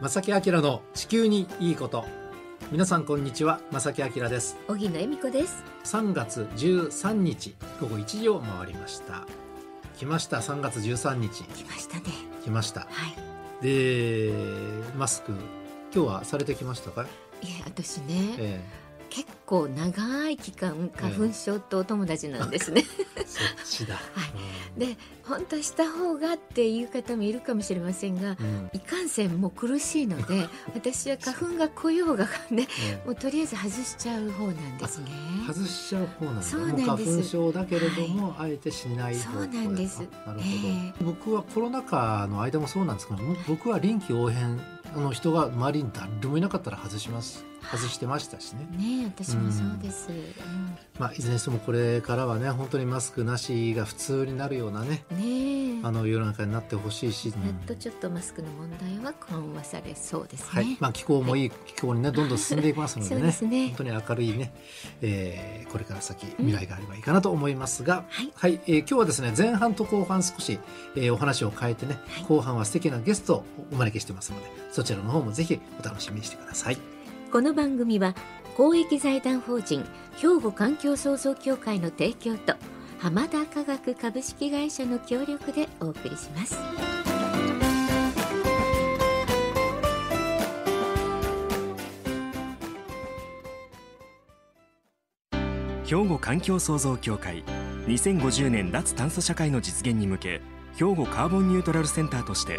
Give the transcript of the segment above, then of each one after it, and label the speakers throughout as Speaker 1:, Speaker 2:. Speaker 1: 正木明の地球にいいこと皆さんこんにちは正木明です
Speaker 2: 荻野恵美子です
Speaker 1: 3月13日午後1時を回りました来ました3月13日
Speaker 2: 来ましたね
Speaker 1: 来ました
Speaker 2: はい
Speaker 1: でマスク今日はされてきましたか、
Speaker 2: いや私ね、
Speaker 1: え
Speaker 2: 結構長い期間花粉症とお友達なんですね、
Speaker 1: え、そっちだ、
Speaker 2: いで本当はした方がっていう方もいるかもしれませんが
Speaker 1: うんうん
Speaker 2: いかんせんもう苦しいの で私は花粉が来ようがね
Speaker 1: ええ
Speaker 2: もうとりあえず外しちゃう方なんですね
Speaker 1: 外しちゃう方なんだ
Speaker 2: そうなんです
Speaker 1: もう花粉症だけれども、あえてしない方
Speaker 2: そうなんです
Speaker 1: あなるほど、
Speaker 2: え
Speaker 1: 僕はコロナ禍の間もそうなんですけども僕は臨機応変あの人が周りに誰もいなかったら外します外してましたしね、
Speaker 2: ね私もそうです、
Speaker 1: まあ、いずれにしてもこれからはね本当にマスクなしが普通になるようなね
Speaker 2: うんねえ
Speaker 1: あの世の中になってほしいし、
Speaker 2: やっとちょっとマスクの問題は緩和されそうですね。
Speaker 1: はいまあ、気候もいい気候にねどんどん進んでいきますのでね
Speaker 2: そうですね
Speaker 1: 本当に明るいね、えーこれから先未来があればいいかなと思いますが、
Speaker 2: はい
Speaker 1: はいえー今日はですね前半と後半少し、えーお話を変えてね、
Speaker 2: はい
Speaker 1: 後半は素敵なゲストをお招きしてますのでそちらの方もぜひお楽しみにしてください。
Speaker 2: この番組は公益財団法人兵庫環境創造協会の提供と浜田科学株式会社の協力でお送りします。
Speaker 3: 兵庫環境創造協会2050年脱炭素社会の実現に向け兵庫カーボンニュートラルセンターとして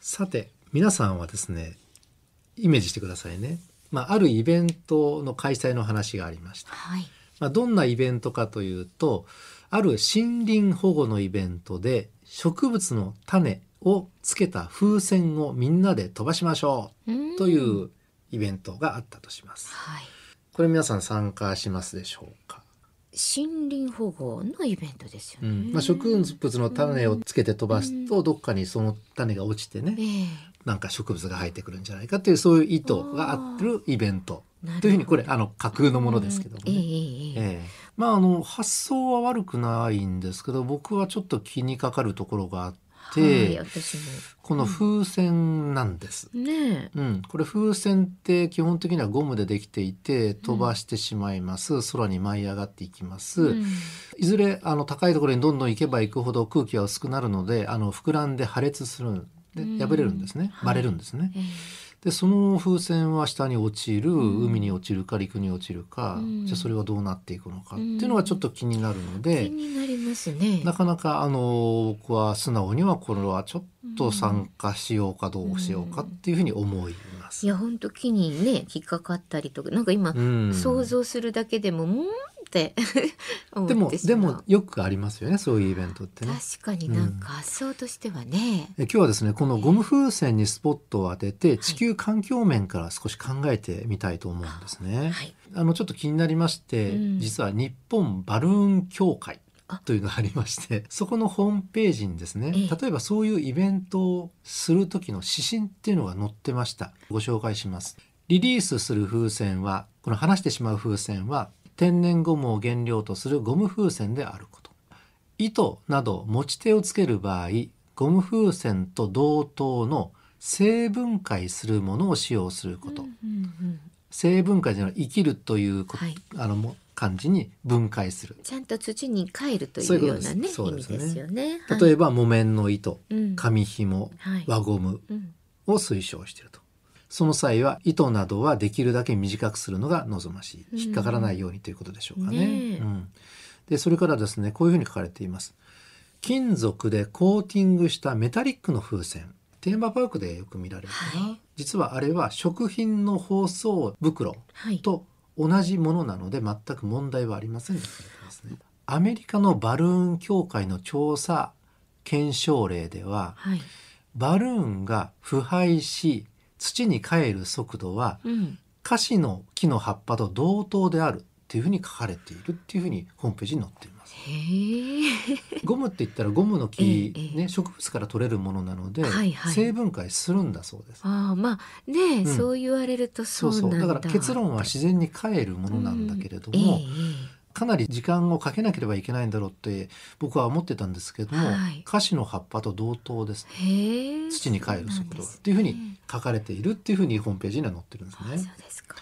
Speaker 1: さて皆さんはですねイメージしてくださいね、まあ、あるイベントの開催の話がありました。
Speaker 2: はい。
Speaker 1: まあ、どんなイベントかというとある森林保護のイベントで植物の種をつけた風船をみんなで飛ばしましょうというイベントがあったとします。
Speaker 2: はい。
Speaker 1: これ皆さん参加しますでしょうか、
Speaker 2: 森林保護のイベントですよ
Speaker 1: う
Speaker 2: ね。
Speaker 1: んまあ、植物の種をつけて飛ばすとどっかにその種が落ちて
Speaker 2: え
Speaker 1: ね
Speaker 2: え
Speaker 1: なんか植物が生えてくるんじゃないかというそういう意図があってるイベント
Speaker 2: なるほど
Speaker 1: というふうにこれあの架空のものですけどもね。
Speaker 2: ええええええ
Speaker 1: ええ、まああの発想は悪くないんですけど僕はちょっと気にかかるところがあって、
Speaker 2: はい、私も。
Speaker 1: この風船なんです。
Speaker 2: ね
Speaker 1: うん、これ風船って基本的にはゴムでできていて飛ばしてしまいます、空に舞い上がっていきます、
Speaker 2: え。うん
Speaker 1: いずれあの高いところにどんどん行けば行くほど空気は薄くなるのであの膨らんで破裂するんで
Speaker 2: うん
Speaker 1: 破れるんですね、
Speaker 2: は
Speaker 1: バ
Speaker 2: い
Speaker 1: レるんですね、
Speaker 2: ええ
Speaker 1: でその風船は下に落ちる、
Speaker 2: ん
Speaker 1: 海に落ちるか陸に落ちるか、
Speaker 2: うん
Speaker 1: じゃあそれはどうなっていくのかっていうのがちょっと気になるので、
Speaker 2: 気になりますね。
Speaker 1: なかなかあの僕は素直にはこれはちょっと参加しようかどうしようかっていうふうに思いま
Speaker 2: い
Speaker 1: す。
Speaker 2: や本当木にね引っかかったりとかなんか今、
Speaker 1: うん
Speaker 2: 想像するだけでもうんって 思
Speaker 1: でも
Speaker 2: ってし
Speaker 1: で
Speaker 2: ま
Speaker 1: も
Speaker 2: う。
Speaker 1: よくありますよねそういうイベントってね。
Speaker 2: 確かになんか発想としてはね、
Speaker 1: え今日はですねこのゴム風船にスポットを当てて地球環境面から少し考えてみたいと思うんですね。
Speaker 2: はい
Speaker 1: あのちょっと気になりまして、
Speaker 2: うん
Speaker 1: 実は日本バルーン協会
Speaker 2: あ
Speaker 1: というのがありましてそこのホームページにですね
Speaker 2: ええ
Speaker 1: 例えばそういうイベントをする時の指針っていうのが載ってましたご紹介しますリリースする風船はこの離してしまう風船は天然ゴムを原料とするゴム風船であること糸など持ち手をつける場合ゴム風船と同等の成分解するものを使用すること、
Speaker 2: うんうん、
Speaker 1: 生分解じゃない生きるというこ、
Speaker 2: はい
Speaker 1: あのも漢字に分解する
Speaker 2: ちゃんと土に帰るとい
Speaker 1: そういう
Speaker 2: う
Speaker 1: こと
Speaker 2: ような
Speaker 1: で
Speaker 2: ね
Speaker 1: すそう
Speaker 2: 意
Speaker 1: で
Speaker 2: 味
Speaker 1: すね
Speaker 2: ですよね。
Speaker 1: 例
Speaker 2: え
Speaker 1: えば木綿の糸
Speaker 2: ば、うん
Speaker 1: 紙紐
Speaker 2: はい
Speaker 1: 輪ゴム
Speaker 2: うん
Speaker 1: を推奨しているとその際は糸などはできるだけ短くするのが望まし
Speaker 2: うん
Speaker 1: い引っかからないようにということでしょうかね。
Speaker 2: ねえ
Speaker 1: うん、でそれからですねこういうふうに書かれています。金属でコーティングしたメタリックの風船テーマパークでよく見られるかな、
Speaker 2: はい
Speaker 1: 実はあれは食品の包装袋
Speaker 2: はい、
Speaker 1: と同じものなので全く問題はありませんと書いてますねアメリカのバルーン協会の調査検証例では
Speaker 2: はい
Speaker 1: バルーンが腐敗し土に帰る速度は
Speaker 2: うん、
Speaker 1: カシの木の葉っぱと同等であるっていうふうに書かれているっていうふうにホームページに載っています。
Speaker 2: へえ
Speaker 1: ゴムって言ったらゴムの木、
Speaker 2: ええええ
Speaker 1: ね、植物から取れるものなので、
Speaker 2: はいはい
Speaker 1: 成分解するんだそうです。
Speaker 2: ああまあねえ、
Speaker 1: うん
Speaker 2: そう言われると
Speaker 1: そう
Speaker 2: そうな
Speaker 1: そ
Speaker 2: ん
Speaker 1: う
Speaker 2: だ
Speaker 1: だから結論は自然に帰るものなんだけれど
Speaker 2: ええ
Speaker 1: も、
Speaker 2: え
Speaker 1: かなり時間をかけなければいけないんだろうって僕は思ってたんですけども、
Speaker 2: はい
Speaker 1: カシの葉っぱと同等です
Speaker 2: えへえ
Speaker 1: 土に帰る速度
Speaker 2: そうなんで
Speaker 1: がっ
Speaker 2: す
Speaker 1: ていうふうに書かれているっていうふうにホームページには載ってるんです
Speaker 2: ああ
Speaker 1: ね。
Speaker 2: そうですか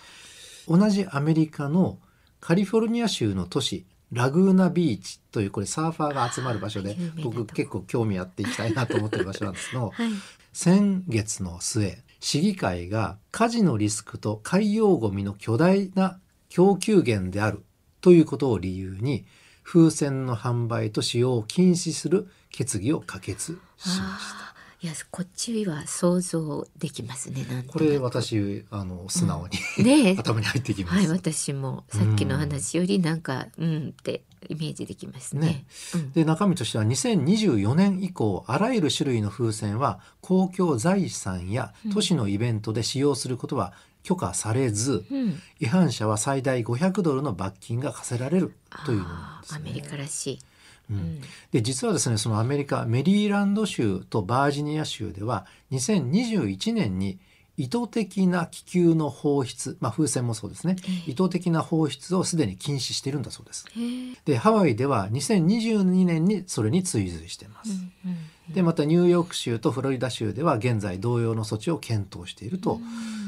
Speaker 1: 同じアメリカのカリフォルニア州の都市ラグーナビーチというこれサーファーが集まる場所
Speaker 2: あ
Speaker 1: で
Speaker 2: ー有名なとこ
Speaker 1: 僕結構興味あって行きたいなと思ってる場所なんですけど
Speaker 2: はい
Speaker 1: 先月の末市議会が火事のリスクと海洋ゴミの巨大な供給源であるということを理由に風船の販売と使用を禁止する決議を可決しました。
Speaker 2: ああいやこっちは想像できますねなんとなく
Speaker 1: これ私あの素直 に、
Speaker 2: ねえ
Speaker 1: 頭に入ってきます。
Speaker 2: はい私もさっきの話よりなんかうん、ってイメージできますね
Speaker 1: ね
Speaker 2: うん、
Speaker 1: で中身としては2024年以降あらゆる種類の風船は公共財産や都市のイベントで使用することは許可されず、
Speaker 2: うん
Speaker 1: 違反者は最大500ドルの罰金が課せられるというものなん
Speaker 2: あ
Speaker 1: です
Speaker 2: あ
Speaker 1: ね
Speaker 2: アメリカらしい、
Speaker 1: うん
Speaker 2: うん
Speaker 1: で実はですねそのアメリカメリーランド州とバージニア州では2021年に意図的な気球の放出、まあ、風船もそうですね
Speaker 2: ええ
Speaker 1: 意図的な放出をすでに禁止してるんだそうです。
Speaker 2: へえ
Speaker 1: でハワイでは2022年にそれに追随してます。
Speaker 2: うんうん
Speaker 1: でまたニューヨーク州とフロリダ州では現在同様の措置を検討していると、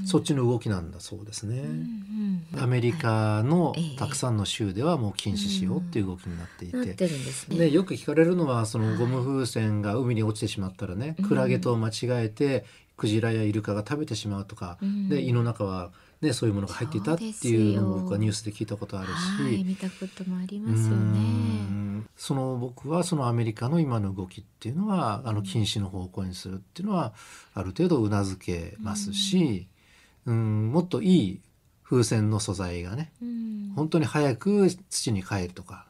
Speaker 1: そっちの動きなんだそうですね。
Speaker 2: うんうん
Speaker 1: アメリカの
Speaker 2: ええ
Speaker 1: たくさんの州ではもう禁止しようっていう動きになってい。
Speaker 2: なっててるんですね。
Speaker 1: でよく聞かれるのはそのゴム風船が海に落ちてしまったらね
Speaker 2: うん
Speaker 1: クラゲと間違えてクジラやイルカが食べてしまうとか、
Speaker 2: うん
Speaker 1: で胃の中は、ね、そういうものが入っていたっていうのを僕はニュースで聞いたことあるし、
Speaker 2: はい、見たこともあり
Speaker 1: う
Speaker 2: ますよね。
Speaker 1: んその僕はそのアメリカの今の動きっていうのはあの禁止の方向にするっていうのはある程度うなずけますし、うん、もっといい風船の素材がね
Speaker 2: うん
Speaker 1: 本当に早く土に帰るとか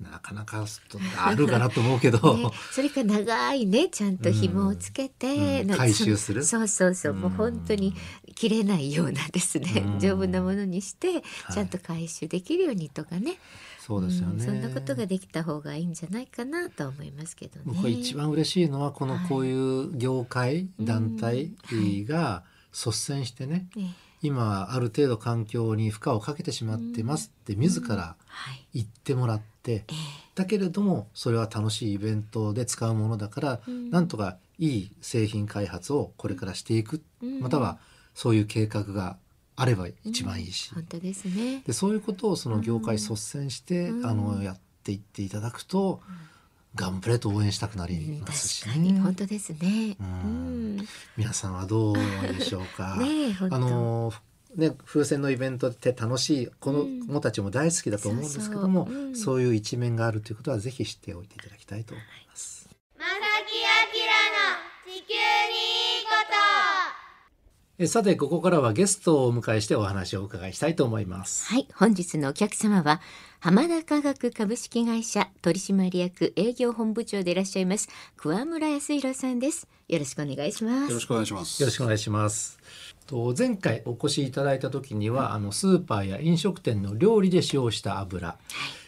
Speaker 1: なかなかちょっとあるかなと思うけど、
Speaker 2: ね、それか長いねちゃんと紐をつけて、
Speaker 1: うん
Speaker 2: なんか
Speaker 1: 回収する
Speaker 2: そのそうそうそうもう本当に切れないようなですね、
Speaker 1: うん
Speaker 2: 丈夫なものにして
Speaker 1: い
Speaker 2: ちゃんと回収できるようにとかね、
Speaker 1: そうですよね、
Speaker 2: うんそんなことができた方がいいんじゃないかなとは思いますけどね。
Speaker 1: 僕は一番嬉しいのはこの
Speaker 2: はい
Speaker 1: こういう業界、
Speaker 2: うん
Speaker 1: 団体
Speaker 2: はい
Speaker 1: が率先してね、
Speaker 2: ね
Speaker 1: 今ある程度環境に負荷をかけてしまってますって自ら
Speaker 2: はい、
Speaker 1: 言ってもらって
Speaker 2: え
Speaker 1: だけれどもそれは楽しいイベントで使うものだから
Speaker 2: うん
Speaker 1: なんとかいい製品開発をこれからしていく
Speaker 2: えうん
Speaker 1: またはそういう計画があれば一番いいし
Speaker 2: うん本当ですね。
Speaker 1: でそういうことをその業界率先して
Speaker 2: うん
Speaker 1: あのやっていっていただくと頑張れと応援したくなり
Speaker 2: うん
Speaker 1: ますし
Speaker 2: 確かに本
Speaker 1: ね
Speaker 2: 当ですね。
Speaker 1: う
Speaker 2: うんん、ね
Speaker 1: 皆さんはどうでしょう か
Speaker 2: え本当。
Speaker 1: あのーね、風船のイベントって楽しいこの
Speaker 2: うん
Speaker 1: 子たちも大好きだと思うんですけども、
Speaker 2: そうそううん
Speaker 1: そういう一面があるということはぜひ知っておいていただきたいと思います。
Speaker 4: まさきあきらの地球にいいこと
Speaker 1: えさてここからはゲストをお迎えしてお話をお伺いしたいと思います。
Speaker 2: はい、本日のお客様は浜田科学株式会社取締役営業本部長でいらっしゃいます桑村康弘さんです。よろしくお願いします。
Speaker 5: よろしくお願いします。
Speaker 1: よろしくお願いします。と前回お越しいただいた時には、あのスーパーや飲食店の料理で使用した油、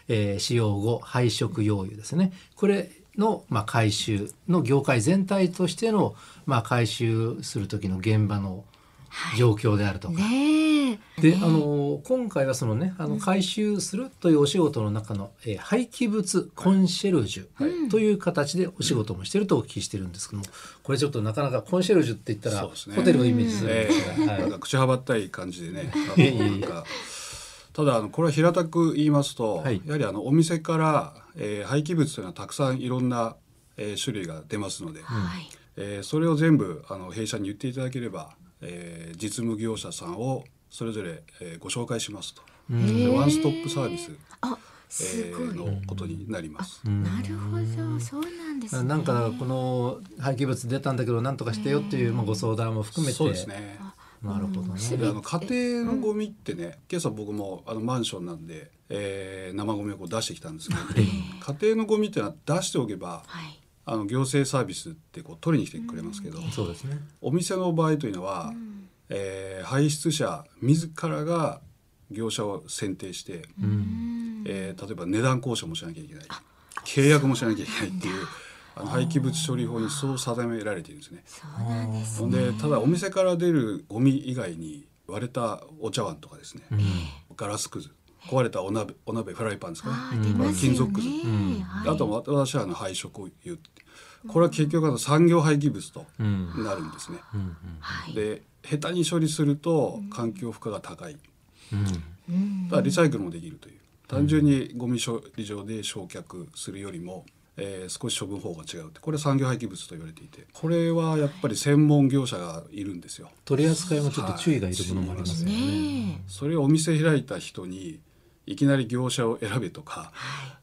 Speaker 1: えー使用後配色用油ですねこれの、まあ、回収の業界全体としての、まあ、回収する時の現場の状況であるとか、
Speaker 2: ねえ。
Speaker 1: で、
Speaker 2: ねえ
Speaker 1: あの今回はそのねあの回収するというお仕事の中の、えー廃棄物コンシェルジュという形でお仕事もしてるとお聞きしてるんですけどもこれちょっとなかなかコンシェルジュって言ったら、
Speaker 5: そうですね
Speaker 1: ホテルをイメージするん
Speaker 5: え
Speaker 1: です
Speaker 5: え
Speaker 1: が、はい
Speaker 5: なんか口はばったい感じでね、あ
Speaker 1: いえいえ
Speaker 5: のなんかただあのこれは平たく言いますと、
Speaker 1: はい
Speaker 5: やはりあのお店から、えー廃棄物というのはたくさんいろんな、えー種類が出ますので、
Speaker 2: はい。
Speaker 5: えーそれを全部あの弊社に言っていただければ、えー実務業者さんをそれぞれ、えーご紹介しますと、でワンストップサービス、
Speaker 2: あ、
Speaker 5: え
Speaker 2: すごい。
Speaker 5: ーのことになります。
Speaker 2: なるほど、そうなんですね。
Speaker 1: なんかこの廃棄物出たんだけどなんとかしてよっていうまあご相談も含めて
Speaker 5: そうですね。
Speaker 1: なるほどね。
Speaker 5: であの家庭のゴミってね、今朝僕もあのマンションなんで、えー生ゴミをこう出してきたんですけど、家庭のゴミってのは出しておけば、
Speaker 2: はい。
Speaker 5: あの行政サービスってこう取りに来てくれますけど、
Speaker 1: そうですね。
Speaker 5: お店の場合というのは、えー排出者自らが業者を選定して、
Speaker 1: うん。
Speaker 5: えー例えば値段交渉もしなきゃいけない契約もしなきゃいけないっていうあの廃棄物処理法にそう定められているんですね。
Speaker 2: そうなんです
Speaker 5: ほんでただお店から出るゴミ以外に割れたお茶碗とかですね、ガラスくず壊れたお鍋お鍋フライパンですかね
Speaker 2: あー出ますよね
Speaker 5: 金属くず
Speaker 2: うんはい
Speaker 5: あとは私はあの配色を言うってこれは結局あの産業廃棄物と
Speaker 1: うん。
Speaker 5: なるんですね。
Speaker 1: うん。
Speaker 2: はい
Speaker 5: で下手に処理すると環境負荷が高い
Speaker 1: うん。
Speaker 5: ただリサイクルもできるという単純にゴミ処理場で焼却するよりも、えー少し処分方法が違うってこれ産業廃棄物と言われていてこれはやっぱり専門業者がいるんですよ。
Speaker 1: 取り扱いもちょっと注意がいるものもありますよね。
Speaker 2: ね
Speaker 5: それをお店開いた人にいきなり業者を選べとか、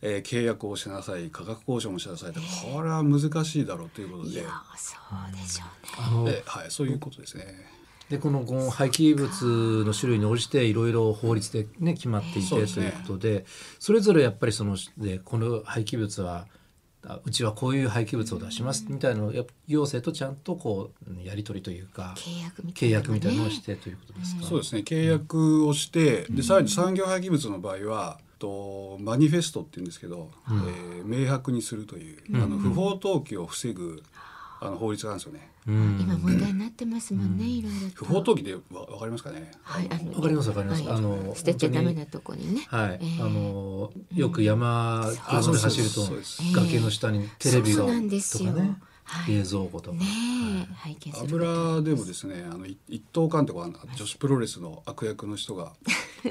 Speaker 5: えー契約をしなさい価格交渉もしなさいとかこれは難しいだろうということ
Speaker 2: えい
Speaker 5: で,、
Speaker 2: やそうでしょうね
Speaker 1: あの
Speaker 5: ではい、そういうことですね。
Speaker 1: でこのこの廃棄物の種類に応じていろいろ法律でね決まっていてと
Speaker 5: そう
Speaker 1: い
Speaker 5: で
Speaker 1: う
Speaker 5: すね
Speaker 1: ことでそれぞれやっぱりそのでこの廃棄物はあうちはこういう廃棄物を出しますみたいなのをやっぱ行政とちゃんとこうやり取りというか
Speaker 2: 契約みたい
Speaker 1: 契
Speaker 2: な
Speaker 1: 約みたいなのを
Speaker 2: ね
Speaker 1: してということですか。
Speaker 5: そうですね契約をして、でさらに産業廃棄物の場合はとマニフェストって言うんですけど、えー明白にするという、あの不法投棄を防ぐあの法律があるんですよね。
Speaker 1: うん
Speaker 2: 今問題になってますもんね、いろいろと
Speaker 5: 不法投棄でわわかりますかね。
Speaker 2: はいあの
Speaker 1: わかりますわかります
Speaker 2: はい
Speaker 1: あの
Speaker 2: 捨てちゃダメなとこにね
Speaker 1: はい、
Speaker 2: えー
Speaker 1: あのよく山
Speaker 5: あ
Speaker 1: 車で
Speaker 5: そうです
Speaker 1: 走る
Speaker 5: そうです
Speaker 1: と崖の下にテレビが
Speaker 2: そうなんです
Speaker 1: と
Speaker 2: よ
Speaker 1: かね
Speaker 2: はい
Speaker 1: 冷蔵庫とか
Speaker 2: ねえ拝見すること
Speaker 5: 油でもですねあのい一等艦ってこうあの女子プロレスの悪役の人が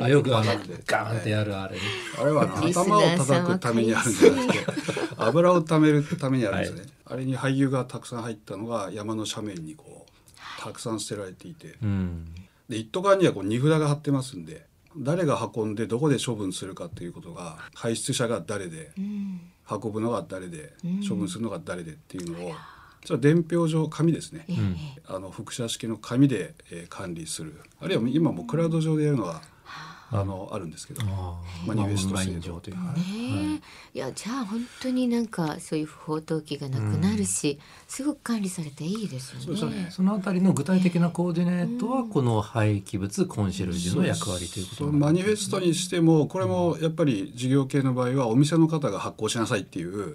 Speaker 1: あよくあの
Speaker 5: はい
Speaker 1: ガーンってやるあれね
Speaker 5: あれはあの
Speaker 2: リスナー
Speaker 5: 頭を
Speaker 2: さん
Speaker 5: 叩
Speaker 2: は
Speaker 5: くためにあるんじゃなくて油をためるためにあるんですね、あれに廃油がたくさん入ったのが山の斜面にこうたくさん捨てられていて、
Speaker 1: うん
Speaker 5: で一斗缶にはこう荷札が貼ってますんで誰が運んでどこで処分するかっていうことが排出者が誰で、運ぶのが誰で処分するのが誰でっていうのを、それは伝票上紙ですね、あの複写式の紙で、えー管理するあるいは今もクラウド上でやるのは、あのあるんですけど、
Speaker 1: あー
Speaker 5: マニフェスト
Speaker 1: まあオンライ
Speaker 5: 制
Speaker 1: ン
Speaker 5: 度
Speaker 1: 上という
Speaker 2: ねえ、い、やじゃあ本当になんかそういう不法投棄がなくなるし、すごく管理されていいです
Speaker 5: そう
Speaker 2: よ
Speaker 5: で
Speaker 2: ね。
Speaker 5: すね
Speaker 1: そのあたりの具体的なコーディネートはこの廃棄物コンシェルジュの役割ということ
Speaker 5: その
Speaker 1: なん
Speaker 5: マ
Speaker 1: で
Speaker 5: ニフェストにしてもこれもやっぱり事業系の場合はお店の方が発行しなさいっていう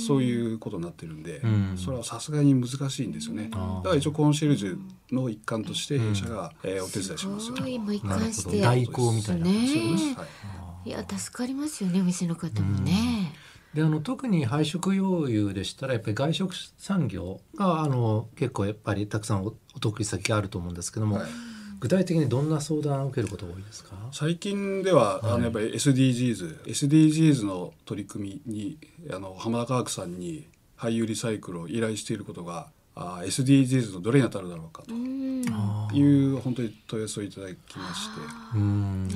Speaker 5: そういうことになってるんで
Speaker 1: ん
Speaker 5: それはさすがに難しいんですよねだ
Speaker 1: あー
Speaker 5: から一応コンシェルジュの一環として弊社がえーお手伝いしますよ
Speaker 2: すごいもう一
Speaker 1: なる
Speaker 2: 貫し
Speaker 1: ほ
Speaker 2: て
Speaker 1: ど代行みたいな感じ
Speaker 5: そうです
Speaker 2: ね
Speaker 5: はい
Speaker 2: えいや助かりますよねお店の方もね。
Speaker 1: であの特に配食用油でしたらやっぱり外食産業があの結構やっぱりたくさんおお得意先があると思うんですけども、
Speaker 5: はい
Speaker 1: 具体的にどんな相談を受けることが多いですか
Speaker 5: 最近では、あのやっぱり SDGs SDGs の取り組みにあの浜田科学さんに廃油リサイクルを依頼していることがあー SDGs のどれに当たるだろうかという本当に問い合わせをいただきまして。
Speaker 1: うん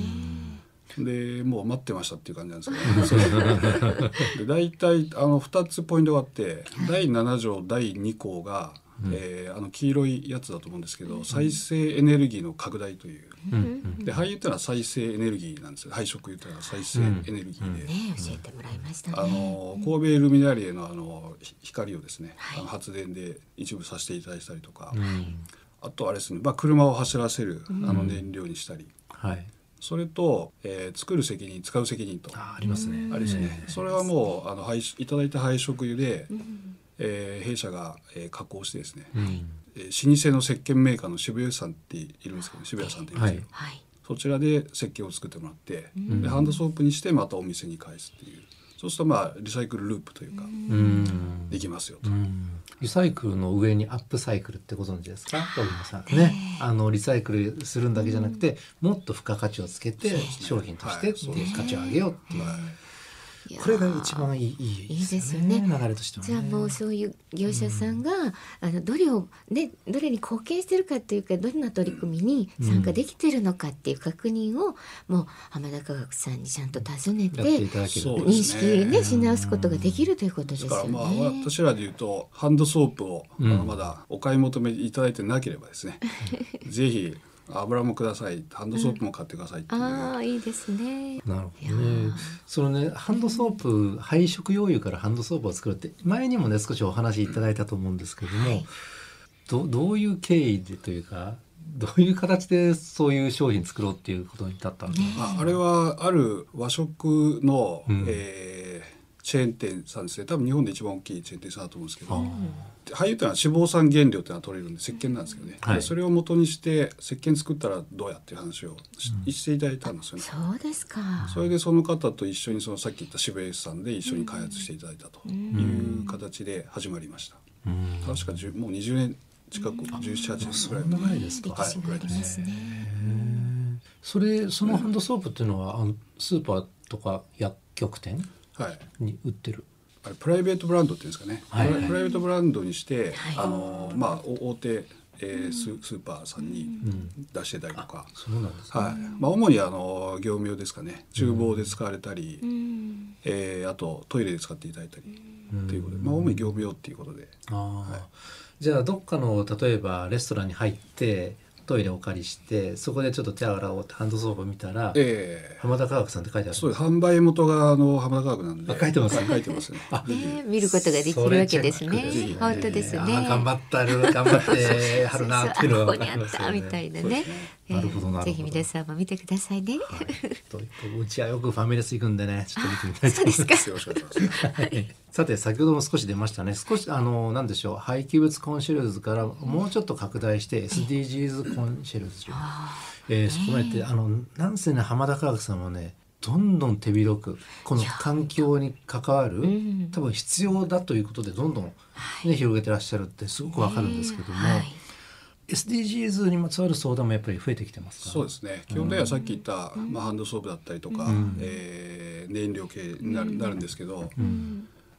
Speaker 5: でもう待ってましたっていう感じなんですけど、ね、で大体あの2つポイントがあって第7条第2項が、えーあの黄色いやつだと思うんですけど、再生エネルギーの拡大という、で廃油っていうのは再生エネルギーなんですよ廃食油っていうのは再生エネルギーで、
Speaker 2: ねえ教えてもらいました
Speaker 5: あ
Speaker 2: ね。
Speaker 5: の神戸イルミナリエのあのひ光をですね、あの発電で一部させていただいたりとか、あとあれですね、まあ、車を走らせるあの燃料にしたり。
Speaker 1: はい
Speaker 5: それと、えー作る責任使う責任と
Speaker 1: あありますね
Speaker 5: あれですね、それはもうあの配いただいた配色油で、えー弊社が、えー加工してですね、えー老舗の石鹸メーカーの渋谷さんっているんですけど渋谷さんっているんですけど、
Speaker 2: はい。
Speaker 5: そちらで石鹸を作ってもらって、でハンドソープにしてまたお店に返すっていうそうするとまあリサイクルループというか、
Speaker 1: うん
Speaker 5: できますよと、
Speaker 1: リサイクルの上にアップサイクルってご存知ですか小島さんねあのリサイクルするんだけじゃなくて、もっと付加価値をつけて商品としてっていう価値を上げようっていう、
Speaker 2: いや
Speaker 1: これが一番いいいいですよね
Speaker 2: いいですよね
Speaker 1: 流れとしてはね
Speaker 2: じゃあもうそういう業者さんが、あのどれをねどれに貢献してるかというかどんな取り組みに参加できてるのかっていう確認を、もう浜田科学さんにちゃんと尋ねて
Speaker 1: やっていただける
Speaker 5: そう
Speaker 2: 認識ねし直すことができるということです
Speaker 5: だ
Speaker 2: よ
Speaker 5: から
Speaker 2: ね。
Speaker 5: まあ私らで言うとハンドソープを、
Speaker 1: ん
Speaker 5: あのまだお買い求めいただいてなければですねぜひ油もくださいハンドソープも買ってくださいっていう、
Speaker 2: ああいいですね。
Speaker 1: なるほ
Speaker 2: いや
Speaker 1: どね
Speaker 2: ー。
Speaker 1: そのねハンドソープ配色用油からハンドソープを作るって前にもね少しお話いただいたと思うんですけども、
Speaker 2: はい
Speaker 1: どどういう経緯でというかどういう形でそういう商品作ろうっていうことに至ったんですか、
Speaker 5: ああれはある和食の、
Speaker 1: うん
Speaker 5: えーチェーン店さんですね多分日本で一番大きいチェーン店さんだと思うんですけど、
Speaker 1: あ
Speaker 5: 俳優というのは脂肪酸原料というのは取れるんで石鹸なんですけどね、
Speaker 1: はい
Speaker 5: でそれを元にして石鹸作ったらどうやっていう話をし,、していただいたんですよね。
Speaker 2: そうですか。
Speaker 5: それでその方と一緒にそのさっき言った渋谷さんで一緒に開発していただいたという形で始まりました。
Speaker 1: うん
Speaker 5: 確か10もう20年近く17、18年ぐらい
Speaker 1: そんな前ですか、
Speaker 2: 歴史がありますね。
Speaker 1: それそのハンドソープっていうのはあのスーパーとか薬局店
Speaker 5: はい。
Speaker 1: に売ってる
Speaker 5: あれプライベートブランドっていうんですかね、
Speaker 1: はい
Speaker 5: プラプライベートブランドにして、
Speaker 2: はい
Speaker 5: あのまあお大手、えーススーパーさんに出してたりとか、
Speaker 1: そうなんですか、
Speaker 5: はいまあ、主にあの業務用ですかね厨房で使われたり、
Speaker 2: うん。
Speaker 5: えーあとトイレで使っていただいたりということで、まあ、主に業務用っていうことで
Speaker 1: あーじゃあどっかの例えばレストランに入ってトイレをお借りしてそこでちょっと手洗おうってハンドソープ見たら
Speaker 5: えー
Speaker 1: 浜田科学さんって書いてある
Speaker 5: そうです販売元があの浜田科学なんで
Speaker 1: あ書いてます
Speaker 5: は書いてますね
Speaker 1: あ
Speaker 5: ぜひ
Speaker 2: ね見ることができるわけです
Speaker 1: それチェック
Speaker 2: ね
Speaker 5: で。
Speaker 2: 本当ですね。
Speaker 1: あー頑張ったる頑張ってはるなっていうの
Speaker 2: そう
Speaker 1: は
Speaker 2: そうあここにあったみたいなね。え
Speaker 1: なるほどなるほ
Speaker 2: ー
Speaker 1: ど
Speaker 2: ぜひ皆さんも見てくださいね。
Speaker 1: とうちはよくファミレス行くんでねちょっと見てみたいと
Speaker 2: そう
Speaker 1: 思
Speaker 2: で
Speaker 1: います
Speaker 2: すか。
Speaker 5: よろしくお願いします
Speaker 1: はいさて先ほども少し出ましたね少しあの何でしょう廃棄物コンシェルジュからもうちょっと拡大して SDGs コンシェルジュ、えーそこまでってあのなんせね浜田科学さんはねどんどん手広くこの環境に関わる、
Speaker 2: ん
Speaker 1: 多分必要だということでどんどん、ね広げてらっしゃるってすごくわかるんですけども、
Speaker 2: はい
Speaker 1: SDGs にまつわる相談もやっぱり増えてきてますか
Speaker 5: そうですね基本的にはさっき言った、まあ、ハンドソープだったりとか、えー燃料系になる,、ん、なるんですけど、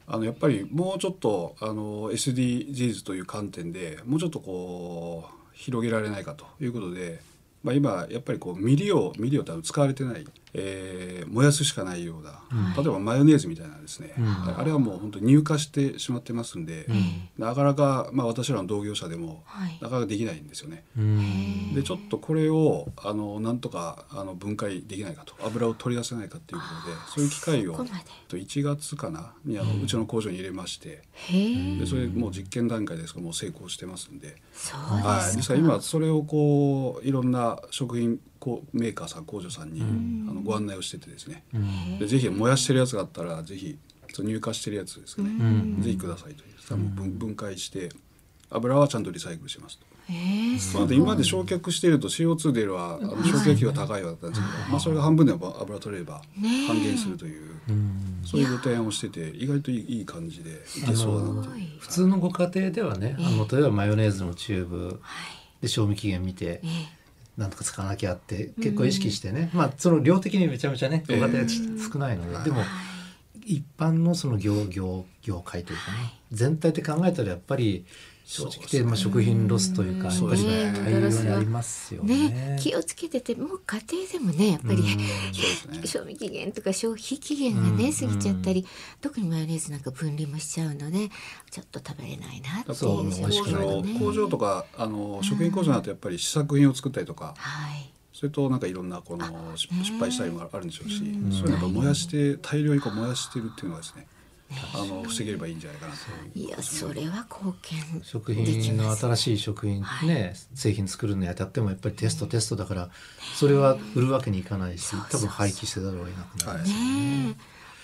Speaker 5: あのやっぱりもうちょっとあの SDGs という観点でもうちょっとこう広げられないかということで、まあ、今やっぱりこう未利用未利用ってあの使われてない、えー燃やすしかないような、例えばマヨネーズみたいなですね、あれはもう本当に入荷してしまってますんで、なかなか、まあ、私らの同業者でも、
Speaker 2: はい
Speaker 5: なかなかできないんですよね。
Speaker 1: うん
Speaker 5: でちょっとこれをあのなんとかあの分解できないかと油を取り出せないかっていうことでそういう機械
Speaker 2: そこ
Speaker 5: を
Speaker 2: まで
Speaker 5: と1月かなにあのうちの工場に入れまして
Speaker 2: へえ。
Speaker 5: でそれもう実験段階ですがもう成功してますんで、
Speaker 2: そう
Speaker 5: はい、
Speaker 2: で
Speaker 5: です
Speaker 2: す
Speaker 5: か
Speaker 2: か。
Speaker 5: ら今それをこういろんな食品こうメーカーさん工場さんにあのご案内をしててですねでぜひ燃やしてるやつがあったらぜひその入荷してるやつですねぜひくださいというそしたらもう分分解して油はちゃんとリサイクルしますと。
Speaker 2: えーす
Speaker 5: まあ、あと今まで焼却していると CO2 出るはあの焼却費が高いわけなんですけど、まあ、それが半分でも油取れれば半減するという、そういうご提案をしてて意外といいいい感じでいけそうだなと
Speaker 2: ごい。
Speaker 1: 普通のご家庭ではね、あの例えばマヨネーズのチューブで賞味期限見て、なんとか使わなきゃって結構意識してね、まあその量的にめちゃめちゃねご家庭ち少ないので、でも一般のその業業業界というかね、全体で考えたらやっぱり正直でまあ食品ロスというかやっ
Speaker 5: そう
Speaker 1: ぱ
Speaker 5: で
Speaker 1: り
Speaker 5: すね
Speaker 1: 大量になりますよね。
Speaker 2: ね、気をつけててもう家庭でもねやっぱり、
Speaker 5: そうですね
Speaker 2: 賞味期限とか消費期限がね、過ぎちゃったり、特にマヨネーズなんか分離もしちゃうのでちょっと食べれないなっていう
Speaker 1: そう
Speaker 2: 状
Speaker 1: 美味しく
Speaker 5: 工
Speaker 1: ない
Speaker 2: 況
Speaker 5: 場
Speaker 2: ね
Speaker 5: 工場とかあの食品工場だとやっぱり試作品を作ったりとか
Speaker 2: はい
Speaker 5: それとなんかいろんなこの失失敗したりもあるんでしょうしそういうのが燃やして大量にこう燃やしてるっていうのはですねあの防げればいいんじゃないかなという
Speaker 2: いやそれは貢献
Speaker 1: 食
Speaker 2: でき
Speaker 1: 品の
Speaker 2: ます
Speaker 1: 新しい食品ね製品作るのにあたってもやっぱりテストテストだからそれは売るわけにいかないし多分廃棄せざるを得なくなる
Speaker 5: はい
Speaker 2: ねえも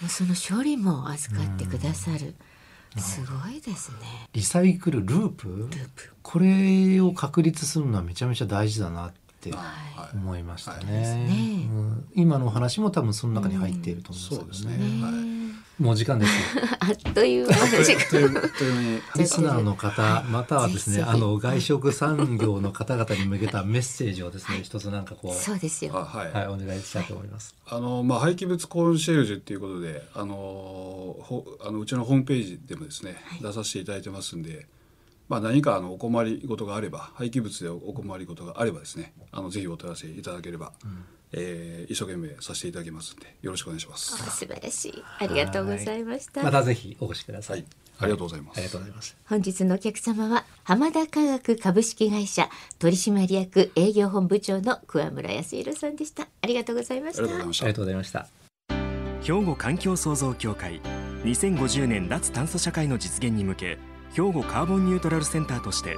Speaker 2: うその処理も預かってくださる、すごいですね
Speaker 1: リサイクルループこれを確立するのはめちゃめちゃ大事だなって
Speaker 5: はい
Speaker 1: 思いましたね,、
Speaker 5: はい
Speaker 2: ね
Speaker 1: うん今のお話も多分その中に入っていると思
Speaker 5: そううんで
Speaker 1: です
Speaker 5: す
Speaker 1: けど
Speaker 5: ね
Speaker 1: ね,、
Speaker 5: はい
Speaker 1: もう時間ですよ
Speaker 2: あっという間の時間
Speaker 5: というという間に
Speaker 1: リスナーの方またはです
Speaker 2: ぜ
Speaker 1: ね
Speaker 2: ひ
Speaker 1: あの外食産業の方々に向けたメッセージをですね一つなんかこう
Speaker 2: そうですよ
Speaker 5: あはい
Speaker 1: はいお願いしたいと思います。
Speaker 5: あのまあ、廃棄物コンシェルジュっていうことであのほあのうちのホームページでもですね、出させていただいてますんで、まあ、何かあのお困りごとがあれば廃棄物でお困りごとがあればですねあのぜひお問い合わせいただければ、えー一生懸命させていただきますんでよろしくお願いします。
Speaker 2: 素晴らしいありがとうございました
Speaker 1: またぜひお越しください。
Speaker 5: はいありがとうございます。
Speaker 1: ありがとうございます。
Speaker 2: 本日のお客様は浜田科学株式会社取締役営業本部長の桑村康弘さんでしたありがとうございま
Speaker 5: ありがとうございまし
Speaker 1: あ
Speaker 5: た
Speaker 1: りが。とうございました。
Speaker 3: 兵庫環境創造協会2050年脱炭素社会の実現に向け兵庫カーボンニュートラルセンターとして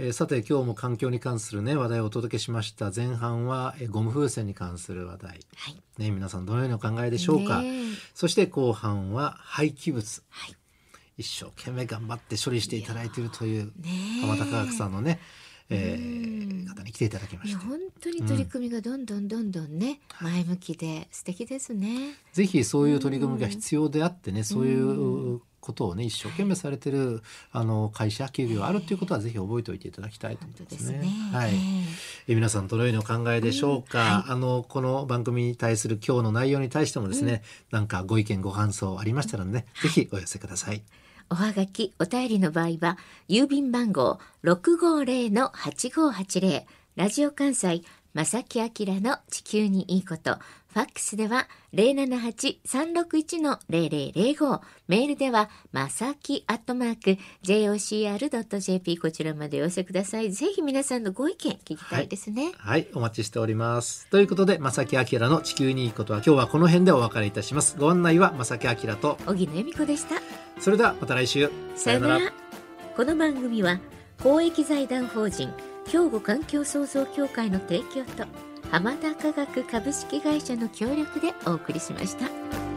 Speaker 1: えーさて今日も環境に関するね話題をお届けしました前半は、えーゴム風船に関する話題、
Speaker 2: はい
Speaker 1: ね、皆さんどのようにお考えでしょうか、
Speaker 2: ねえ
Speaker 1: そして後半は廃棄物、
Speaker 2: はい
Speaker 1: 一生懸命頑張って処理していただいているという
Speaker 2: ねえ
Speaker 1: 浜田科学さんのね、え
Speaker 2: うん
Speaker 1: ー、方に来ていただきま
Speaker 2: い
Speaker 1: し
Speaker 2: や
Speaker 1: た
Speaker 2: 本当に取り組みがどんどんどんどんね、前向きで素敵ですね。
Speaker 1: ぜひそういう取り組みが必要であってね、そういうことをね一生懸命されてるあの会社企業があるということはぜひ覚えておいていただきたいと思い
Speaker 2: 本当
Speaker 1: ま
Speaker 2: ですす
Speaker 1: ね
Speaker 2: ね。。
Speaker 1: はい。え皆さんどのようにお考えでしょうか、あのこの番組に対する今日の内容に対してもですね、なんかご意見ご感想ありましたらね、ぜひお寄せください
Speaker 2: おはがきお便りの場合は郵便番号六五零の八五八零ラジオ関西正木明の地球にいいことファックスでは零七八三六一の零零零五メールではまさきアットマーク j o c r ドット j p こちらまでお寄せください。ぜひ皆さんのご意見聞きたいですね。
Speaker 1: はいお待ちしておりますということで正木明の地球にいいことは今日はこの辺でお別れいたしますご案内は正木明と
Speaker 2: 荻野恵美子でした
Speaker 1: それではまた来週
Speaker 2: さよならこの番組は公益財団法人兵庫環境創造協会の提供と浜田科学株式会社の協力でお送りしました。